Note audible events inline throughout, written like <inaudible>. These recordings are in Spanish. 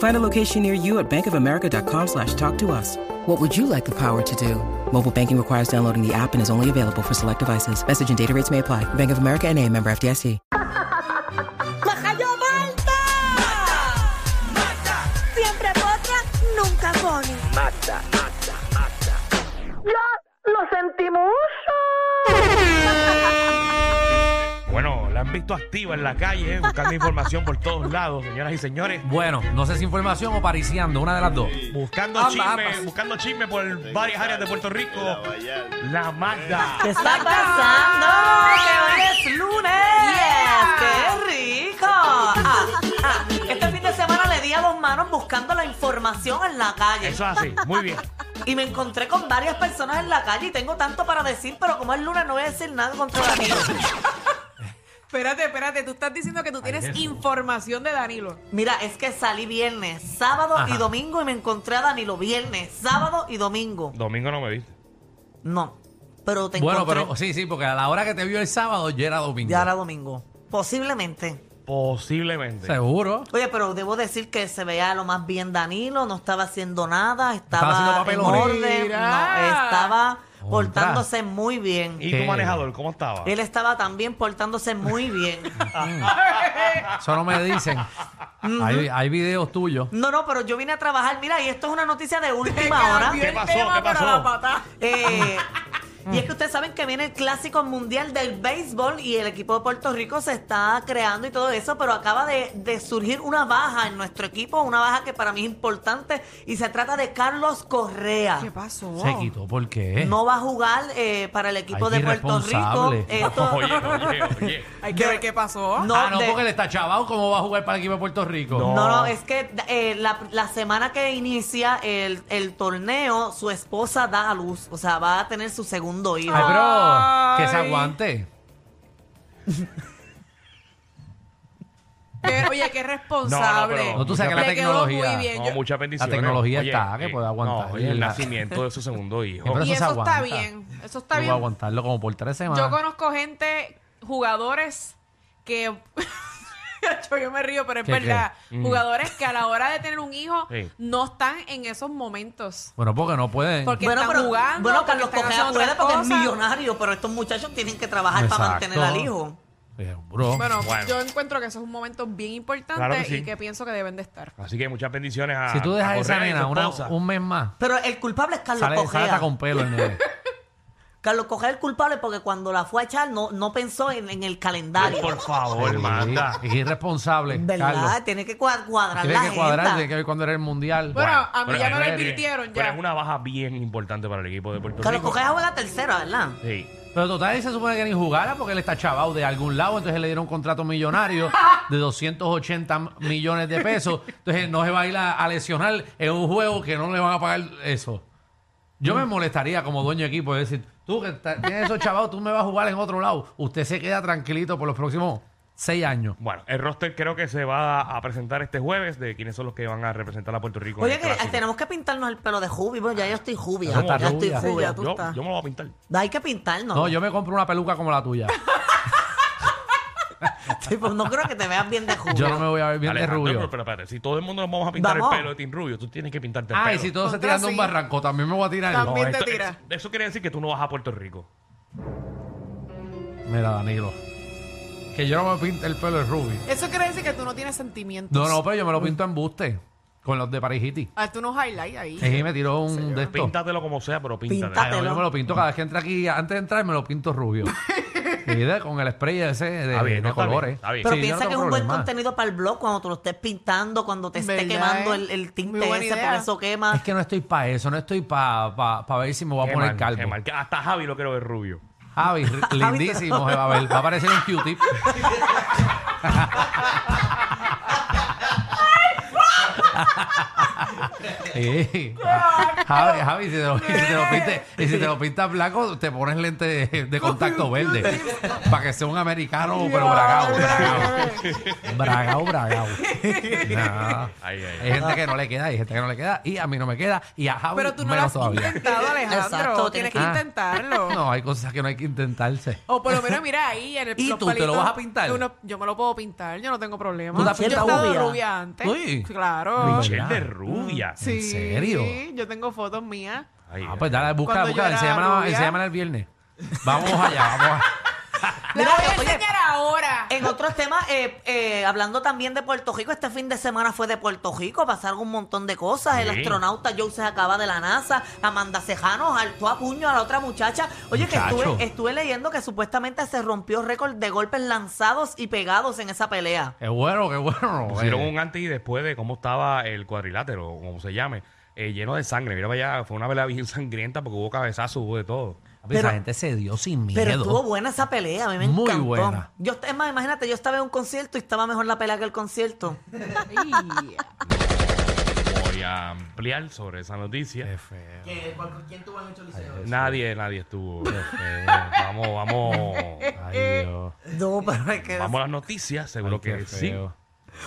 Find a location near you at bankofamerica.com slash talk to us. What would you like the power to do? Mobile banking requires downloading the app and is only available for select devices. Message and data rates may apply. Bank of America and a member FDIC. ¡Baja yo, Malta! ¡Mata! ¡Mata! Siempre potra, nunca pone. Bueno, la han visto activa en la calle, eh, buscando información por todos lados, señoras y señores. Bueno, no sé si información o pariciando, una de las dos. Buscando Ambas, chisme, ambas. buscando chisme por varias áreas de Puerto Rico. La Magda. ¿Qué está pasando? ¡Que hoy es lunes! ¡Qué rico! Ah, ah, Este fin de semana le di a dos manos buscando la información en la calle. Eso es así, muy bien. Y me encontré con varias personas en la calle y tengo tanto para decir, pero como es lunes no voy a decir nada contra Danilo. Espérate, espérate, tú estás diciendo que tú tienes información de Danilo. Mira, es que salí viernes, sábado y domingo y me encontré a Danilo viernes, sábado y domingo. Domingo no me viste. No, pero te Bueno, encontré pero sí, sí, porque a la hora que te vio el sábado ya era domingo. ya era domingo. Posiblemente. Posiblemente. Seguro. Oye, pero debo decir que se veía lo más bien Danilo, no estaba haciendo nada, Estaba haciendo estaba en papelones. orden, Mira. no, estaba Contra. portándose muy bien. ¿Y ¿Qué? tu manejador, cómo estaba? Él estaba también portándose muy bien. Eso no me dicen. hay, hay videos tuyos. No, no, pero yo vine a trabajar, mira, y esto es una noticia de última hora. Cambió ¿Qué el pasó? tema ¿Qué para pasó? la patada. Eh, y es que ustedes saben que viene el clásico mundial del béisbol y el equipo de Puerto Rico se está creando y todo eso, pero acaba de, de surgir una baja en nuestro equipo, una baja que para mí es importante, y se trata de Carlos Correa. ¿Qué pasó? Se quitó, ¿por qué? No va a jugar eh, para el equipo Ay, qué de Puerto Rico. irresponsable. <laughs> Esto- <laughs> Oye, oye, oye. Hay que Yo- ver qué pasó. no, ah, no, de- porque él está chavado. ¿Cómo va a jugar para el equipo de Puerto Rico? No. no, no, es que eh, la, la semana que inicia el, el torneo, su esposa da a luz, o sea, va a tener su segundo hijo. Ay, pero que se Ay. aguante. Qué- oye, qué responsable. No, no, pero- No, tú sabes que la Le quedó tecnología- muy bien. No, Yo- muchas bendiciones. eh, La tecnología está, que puede aguantar. ¿eh? No, oye, el nacimiento de su <laughs> segundo hijo. Pero eso y se eso está aguanta. bien. Eso está Tuvo que bien. aguantarlo como por tres semanas. Yo conozco gente, jugadores que. <laughs> Yo- Yo me río, pero es ¿Qué, verdad. qué? Mm. Jugadores que a la hora de tener un hijo Sí. no están en esos momentos. Bueno, porque no pueden. Porque están jugando. bueno, porque Carlos están Correa haciendo puede otras porque es cosas. millonario, pero estos muchachos tienen que trabajar para Exacto. mantener al hijo. Eh, bro. Bueno, Bueno. yo encuentro que eso es un momento bien importante Claro que sí. y que pienso que deben de estar. Así que muchas bendiciones a si tú dejas a a esa Correa y nena su una- esposa. un mes más, Pero el culpable es Carlos sale, sale Correa. hasta con pelo el <laughs> nene. Carlos Correa es el culpable porque cuando la fue a echar no, no pensó en, en el calendario. Por favor, Sí, manda. Es irresponsable, ¿Verdad? Pues, Carlos. Tiene que cua- cuadrar Tiene la que cuadrar, tiene agenda. que ver cuándo era el mundial. Bueno, a mí Pero ya es me lo una- advirtieron Pero ya. es una baja bien importante para el equipo de Puerto Carlos Rico. Correa juega tercera, ¿verdad? Sí. Pero total, él se supone que ni jugara porque él está chavado de algún lado, entonces le dieron un contrato millonario de 280 millones de pesos, entonces no se va a ir a, a lesionar en un juego que no le van a pagar eso. Yo me molestaría como dueño de equipo de decir, tú que ta- tienes esos chavados, tú me vas a jugar en otro lado, usted se queda tranquilito por los próximos seis años. Bueno, el roster creo que se va a presentar este jueves de quiénes son los que van a representar a Puerto Rico. en Oye, el que clásico. tenemos que pintarnos el pelo de Jubi. Bueno, ya yo estoy jubia. Ya está Ya estoy jubia. rubia. yo, yo me lo voy a pintar. Hay que pintarnos. <laughs> No, yo me compro una peluca como la tuya. Sí, pues no creo que te veas bien de jubia. <laughs> Yo no me voy a ver bien de Alejandro, rubio. Pero, pero espérate, si todo el mundo nos vamos a pintar Vamos. el pelo de Tim Rubio, tú tienes que pintarte el Ah, y pelo. si todos se Contra tiran de un sí. barranco, también me voy a tirar. También. No, te esto- tira. Eso, eso quiere decir que tú no vas a Puerto Rico. eh, Mira, Danilo. Que yo no me pinte el pelo de Ruby. Eso quiere decir que tú no tienes sentimientos. No, no, pero yo me lo pinto en buste. Con los de Parijiti. Hazte unos Ah, highlights ahí. Ejé me tiró un de estos. Píntatelo como sea, pero píntatelo. Pinta- <laughs> Ay, no, yo me lo pinto cada vez que entra aquí. Antes de entrar me lo pinto rubio. Queda con el spray ese de, Está bien, de no, está colores. bien, está bien. Pero Sí, yo no piensa que es tengo un buen problema. contenido para el blog cuando tú lo estés pintando, cuando te esté ¿Verdad, quemando eh? el, el tinte Muy buena ese, por idea. eso quema. Es que no estoy para eso, no estoy para pa, pa ver si me voy a Qué poner mal, qué calvo. mal. Que Hasta Javi lo quiero ver rubio. <laughs> Javi, r- lindísimo se va a ver. Va a aparecer un Q-tip. Sí. Javi, Javi, si te lo, si te lo pintas y si te lo pintas blanco, te pones lente de, de contacto verde. Para que sea un americano, pero bragado. Bragado, bragado. <laughs> bragao. Nah. Ay, ay, ay. Hay gente que no le queda, hay gente que no le queda, y a mí no me queda, y a Javi Pero tú no lo menos has todavía. intentado, Alejandro. Exacto, tienes tienes que- que Ah. intentarlo. No, hay cosas que no hay que intentarse. O por lo menos, mira ahí en el ¿Y los tú, te lo palitos, vas a pintar? uno- yo me lo puedo pintar, yo no tengo problema. ¿Tú te has yo he pintado estado rubia? rubia, antes. Uy. Oh. Claro. Uy, Michelle de ¿verdad? rubia. Sí, ¿En serio? Yo tengo fotos mías. Ay, Ah, ay. pues dale, busca, Cuando yo busca, era enséñamela, rubia. enséñamela el viernes. Vamos allá, vamos <laughs> a- La Mira, voy a oye, enseñar ahora. En otros temas, eh, eh, hablando también de Puerto Rico, este fin de semana fue de Puerto Rico, pasaron un montón de cosas. El Sí. astronauta Joe se acaba de la NASA, Amanda Cejano saltó a puño a la otra muchacha. Oye, que Muchacho. estuve, estuve leyendo que supuestamente se rompió récord de golpes lanzados y pegados en esa pelea. Qué bueno, qué bueno. Pusieron eh. un antes y después de cómo estaba el cuadrilátero, o como se llame, eh, lleno de sangre. Mira para allá, fue una pelea bien <laughs> sangrienta porque hubo cabezazos, hubo de todo. Esa pero- gente se dio sin miedo. Pero estuvo buena esa pelea, a mí me Muy encantó. buena. Yo, est- es más, imagínate, yo estaba en un concierto y estaba mejor la pelea que el concierto. Ay. Voy a ampliar sobre esa noticia. Qué feo. Nadie, nadie estuvo. <laughs> vamos, vamos. Ay, Dios. No, pero es que... Vamos a las noticias, seguro Ay, que qué sí. feo.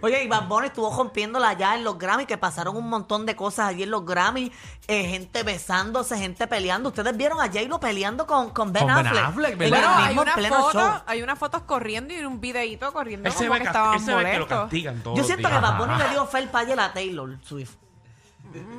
Oye, y Bad Bunny estuvo rompiéndola allá en los Grammy, que pasaron un montón de cosas allí en los Grammy. eh, gente besándose, gente peleando. Ustedes vieron a J-Lo peleando con, con Ben Con Ben Affleck. Affleck, En ¿verdad? el Bueno, Pero hay mismo una pleno show. foto, hay unas fotos corriendo y un videíto corriendo Él se ve, como que cast- él estaban se ve que lo molestos. castigan todos Yo los siento que días. Bad Bunny le dio felpa ayer a Taylor Swift.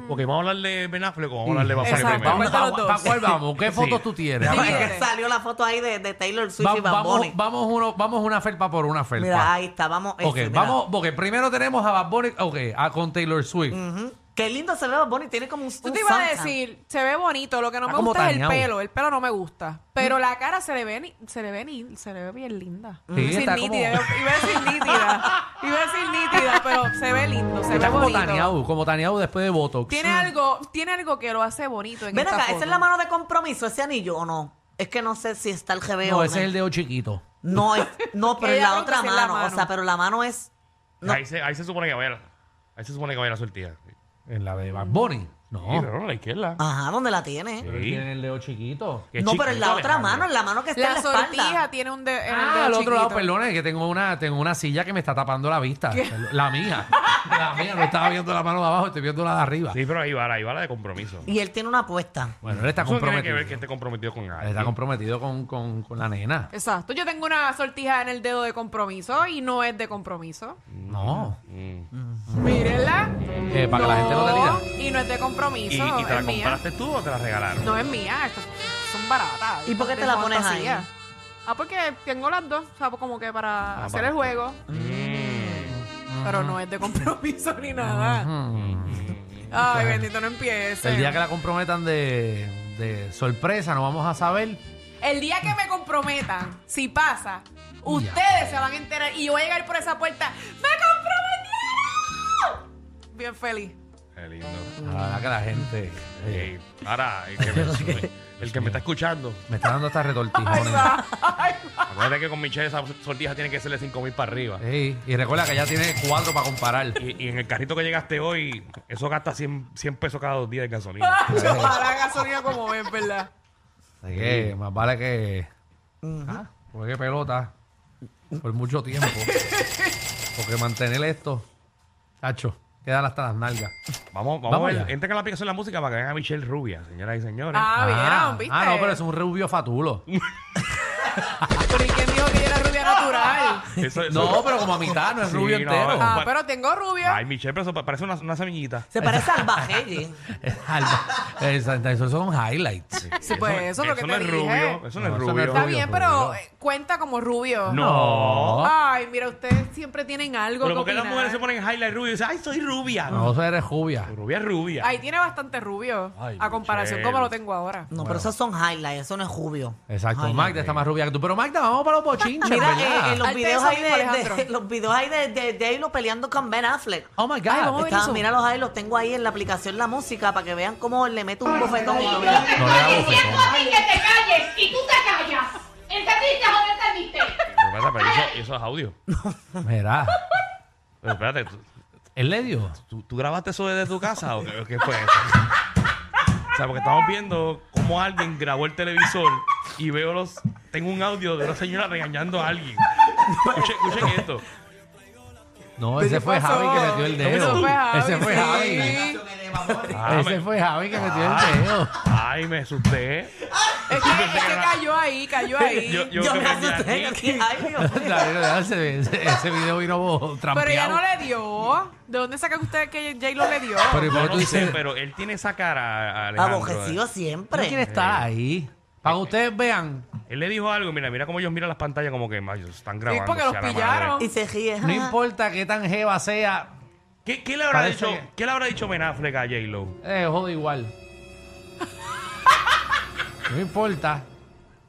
Porque vamos a hablar de Ben Affleck o vamos a hablar de Bad Bunny Exacto. primero. Vamos, Cuenta los ¿pa- dos. pa' cuál vamos? ¿Qué Sí. fotos tú tienes? Sí, Va- Es que eres. salió la foto ahí de, de Taylor Swift y Bad vamos, Bunny. vamos, uno, vamos una felpa por una felpa. Mira, ahí está, vamos. ese, ok, mira. vamos, porque primero tenemos a Bad Bunny, ok, a, con Taylor Swift. Ujú. Qué lindo se ve Bad Bunny, tiene como un. Tú un te iba a suntan. decir, se ve bonito, lo que no Está me como Mm. gusta tañado. es el pelo, el pelo no me gusta, pero la cara se le ve ni- se le ve ni- se le ve bien linda. Sí, sin está nítida, como- iba iba a decir nítida, iba a decir nítida, pero se ve lindo, se Está ve como Mm. bonito. Taniau, como Taniau después de Botox. Tiene algo, tiene algo que lo hace bonito en Ven esta acá, foto. ¿esa es la mano de compromiso, ese anillo o no? Es que no sé si está el GBO. No, ese es el dedo chiquito. No, es- no, pero Ella es la creo otra <laughs> que mano, es la O mano. sea, pero la mano es. No. Ahí, se, ahí se supone que va a haber- ahí se supone que va a haber la sortija. Sí, En la de Bad Bunny. No. pero no, la izquierda. Ajá, ¿dónde la tiene? Sí. Pero él tiene el dedo chiquito. Qué Ah. no, pero en la chiquito, otra Alejandro. mano, en la mano que está La en la espalda. sortija tiene un de, en el Ah, dedo al otro lado, chiquito. perdón, es que tengo una, tengo una silla que me está tapando la vista. La mía. La mía, no estaba viendo la mano de abajo, estoy viendo la de arriba. Sí, pero ahí va, la- ahí va la de compromiso. Y él tiene una apuesta. Bueno, él está Eso tiene que comprometido. ver que esté comprometido con Él alguien. está comprometido con, con, con la nena. Exacto, yo tengo una sortija en el dedo de compromiso y no es de compromiso. No. Mm. Mírenla. Eh, para que la gente no te diga. Y no es de ¿Y, compromiso, y te la es mía. compraste tú o te la regalaron? No es mía, estas son baratas. ¿Y por qué de te la pones fantasía. ahí? Ah, porque tengo las dos, o sea, como que para Ah, hacer para- el juego, Mm. pero no es de compromiso ni nada. Ay, bendito, no empiece. El día que la comprometan de, de sorpresa, no vamos a saber. me comprometan, si pasa, ustedes se van a enterar y yo voy a llegar por esa puerta. ¡Me comprometieron! Bien feliz. Qué lindo. La Mm. verdad que la gente eh, Ey, ahora, <laughs> el que me, el que me está escuchando, me está dando hasta Ay, retortijones. va. Ay, va. acuérdate que con Michelle esa sortija tiene que ser de 5 mil para arriba. Sí, y recuerda que ya tiene cuatro para comparar. Y, y en el carrito que llegaste hoy, eso gasta 100, 100 pesos cada dos días de gasolina. <laughs> Yo para la gasolina como ven, ¿verdad? Así que más vale que. Ah, juegue pelota por mucho tiempo. Porque mantener esto, tacho, quedan hasta las nalgas. Vamos, vamos, Vamos a ver. allá. Entren a la aplicación de la música para que vean a Michelle Rubia, señoras y señores. Ah, vieron, ah, ¿viste? <laughs> ah, no, pero es un rubio fatulo. Pero ¿y quién dijo que yo era rubia natural? <laughs> Eso- eso- No, pero como a mitad, no es Sí, rubio no, <laughs> entero. Ah, pero tengo rubio. Ay, Michelle, pero eso pa- parece una, una semillita. Se parece al bajelle. Alba, exacto, Eso son highlights. Sí, pues eso, es lo que eso te no es dije. rubio. Eso no, No, es eso rubio. no es Está rubio, bien, rubio. pero eh, cuenta como rubio. No. Ay, mira, ustedes siempre tienen algo Pero que ¿por qué las opinar. mujeres eh? se ponen highlight rubio y dicen, ay, soy rubia? No, eso eres rubia. Rubia es rubia. Ahí tiene bastante rubio. Ay, a comparación Michelle. como lo tengo ahora. No, pero esos son highlights, eso no es rubio. Exacto. Magda está más rubia que tú. Pero Magda, vamos para los bochinches. Mira, ¿verdad? eh, en los Alta videos esa ahí misma, de- de, Alejandro. <laughs> los videos ahí de, de, de J-Lo peleando con Ben Affleck. Oh my God. Ay, vamos a ver Está- eso. mira los ahí, los tengo ahí en la aplicación La Música para que vean cómo le meto un bofetón y lo vean. No le da Estoy bofetón. diciendo a ti que te calles y tú te callas. ¿Entendiste o no entendiste? Pero espérate, pero eso, eso es audio. Mira, Pero espérate, ¿tú, él le dio. tú, tú grabaste eso desde tu casa o qué, qué fue eso? O sea, porque estamos viendo cómo alguien grabó el televisor y veo los... Tengo un audio de una señora regañando a alguien. Escuchen, escuchen esto. No, ¿Pero ese qué fue pasó? Javi que metió el Eso dedo. fue Javi, Ese fue sí. Javi. Ah, Ese me- fue Javi que metió Ay. el dedo. <laughs> Ay, me asusté. Es que, es que cayó ahí, cayó <laughs> ahí. Yo- yo- Yo, que me me asusté. engañé. yo dije, <laughs> Ay, <laughs> Dios mío. Claro, ese, ese- ese video vino pero ella trampeado. no le dio. ¿De dónde sacan ustedes que J-Lo le dio? Pero ¿y Yo por qué no tú sé, dices? pero él tiene esa Ah, cara, Alejandro. Abojecido ¿Quién quiere siempre. estar ahí? Para que ustedes vean. Él le dijo algo, mira, mira cómo ellos miran las pantallas como que "Mayo, se están grabando. porque los sea, la pillaron. madre". Y se ríe. No importa qué tan jeva sea, ¿Qué, qué le habrá Parece dicho? que- ¿Qué le habrá dicho Ben Affleck a J-Lo? eh, jodo igual. No importa.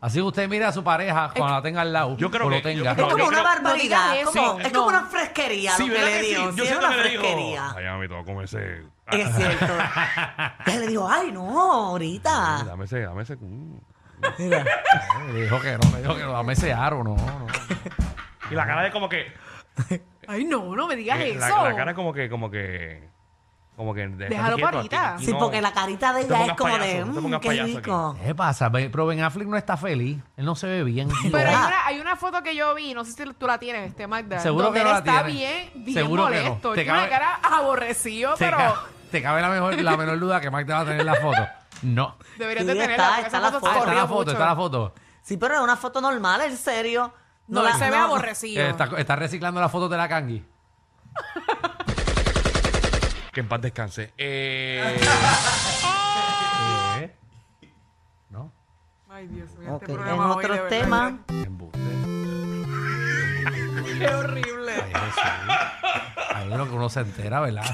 Así usted mira a su pareja cuando la tenga al lado. Yo creo o que- lo tenga. yo Es creo <laughs> como No, una creo- no barbaridad. digas como- eso, es como no. una fresquería lo que ¿verdad le que dio. Yo Sí, es sé una que le dijo. fresquería. Ay, mami, te voy a comer ese. Ah, <laughs> Es cierto. Ella le dijo, ay, no, ahorita. Ah, dame ese, dame ese. mm. Eh, Le dijo que no, le dijo que no, dame ese aro, no, no. Y la cara de como que. Ay, no, no me digas eh, eso. la, la cara como que, como que. Como que. de- Déjalo quieto parita. aquí, Sí, no. porque la carita de No te ella es pongas como de, payaso, no te "Mm, pongas qué payaso aquí". rico. ¿Qué pasa? Ve- Pero Ben Affleck no está feliz. Él no se ve bien. Pero hay Ah. una, hay una foto que yo vi, no sé si tú la tienes, este Magda. Seguro donde que no él la está tiene. bien, bien Seguro que no. molesto. Te Tiene una cabe- cara aborrecido, te, pero ca- te cabe la, mejor, la menor duda que Mike te va a tener la foto. No. deberías de Sí, está, tenerla. porque está esa la foto foto. Ah, está corrió la foto, mucho. está la foto. Sí, pero es una foto normal, en serio. No, él se ve aborrecido. Eh, está, está reciclando la foto de la Kangi. Que en <laughs> paz descanse. Eh, ¿Eh? ¿No? Ay, Dios mío, Ok, este En programa hoy, de otros verdad. temas, embuste. Qué horrible. Ay, Jesús. Ahí es lo que uno se entera, ¿verdad?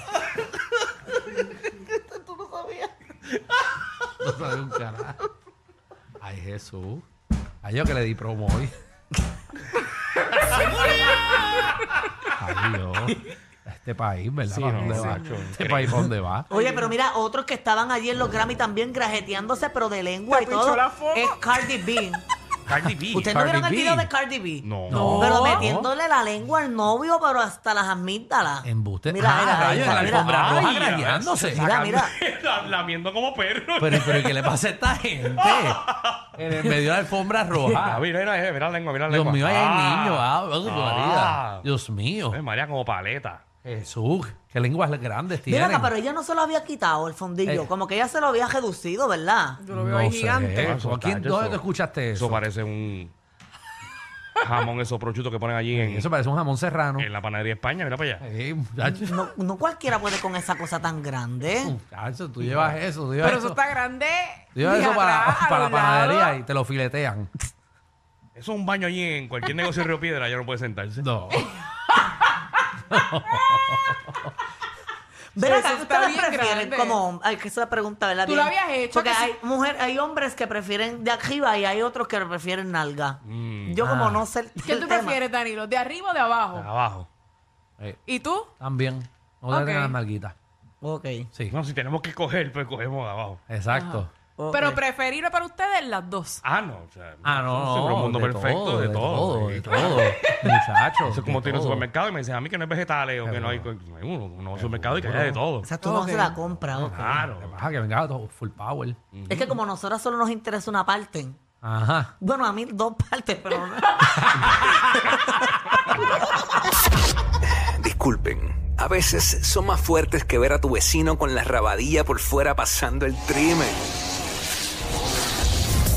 Tú no sabías. No sabía un carajo. Ay, Jesús. Ay, yo que le di promo hoy. Ay, Dios. Este país, ¿verdad? Sí, ¿Para no, dónde va? macho, Este país, ¿para dónde va? Oye, pero mira, otros que estaban allí en los Grammy también grajeteándose, pero de lengua Te y pichó todo. la foto. Es Cardi B. Cardi B. ¿Ustedes no Cardi vieron el B. video de Cardi B? No. No. Pero metiéndole la lengua al novio, pero hasta las amígdalas. Embuste. Mira, Ah, mira, rayos, en mira, la mira. alfombra roja Ay, grajeándose. Mira, mira. <laughs> La- Lamiendo como perro. Pero, pero ¿y ¿qué le pasa a esta gente? En el medio de la alfombra <laughs> roja. Ah, mira, mira, eh, mira la lengua, mira la Pues, Dios lengua. mío, ahí hay Ah. niños. Ah, oh, Ah. María. Dios mío. Eh, María como paleta. Jesús, qué lenguas grandes Mira, tienen. acá, pero ella no se lo había quitado el fondillo. Eh. Como que ella se lo había reducido, ¿verdad? Yo lo veo ahí sé. gigante. Eso, Eso, ¿a quién- tacho, dónde eso- tú escuchaste Eso eso? parece un jamón, esos prosciutos que ponen allí en, Eso parece un jamón serrano. en la panadería España. Mira para allá. Eh, muchacho. No, no cualquiera puede con esa cosa tan grande. Muchacho, tú llevas eso, tú llevas Pero eso eso. está grande. tú llevas de eso para, atrás, a para la los lados. panadería y te lo filetean. Eso es un baño allí en cualquier negocio de Río Piedra. Ya no puede sentarse. No. Ven acá, Eso ¿qué está ustedes bien prefieren? grande. Como, ay, que esa pregunta, ¿verdad? Tú Bien. lo habías hecho, Porque que hay, sí. mujer, hay hombres que prefieren de arriba y hay otros que prefieren nalga. Mm, Yo como Ah. no sé el, ¿Qué el tú tema. prefieres, Danilo? ¿De arriba o de abajo? Abajo. Eh, ¿Y tú? también. No te Ok. tengan las nalguitas. Ok. Sí. No, si tenemos que coger, pues cogemos de abajo. Exacto. ok. Pero preferible para ustedes las dos. Ah, no. O sea, Ah, no, eso es no. un mundo de perfecto todo, de, todo. De Sí, todo, claro. <laughs> Muchachos. Eso es como tú ir al supermercado y me dicen a mí que no hay vegetales o que Seguro. no hay. co- No hay uno, uno va al supermercado y que haya de todo. o sea, tú no se la compras. ok. Claro. Ajá, que venga todo full power. Es que como a nosotras solo nos interesa una parte. Ajá. Bueno, a mí dos <laughs> partes, pero no. Disculpen, a veces son más fuertes que ver a tu vecino con la rabadilla por fuera pasando el trimen.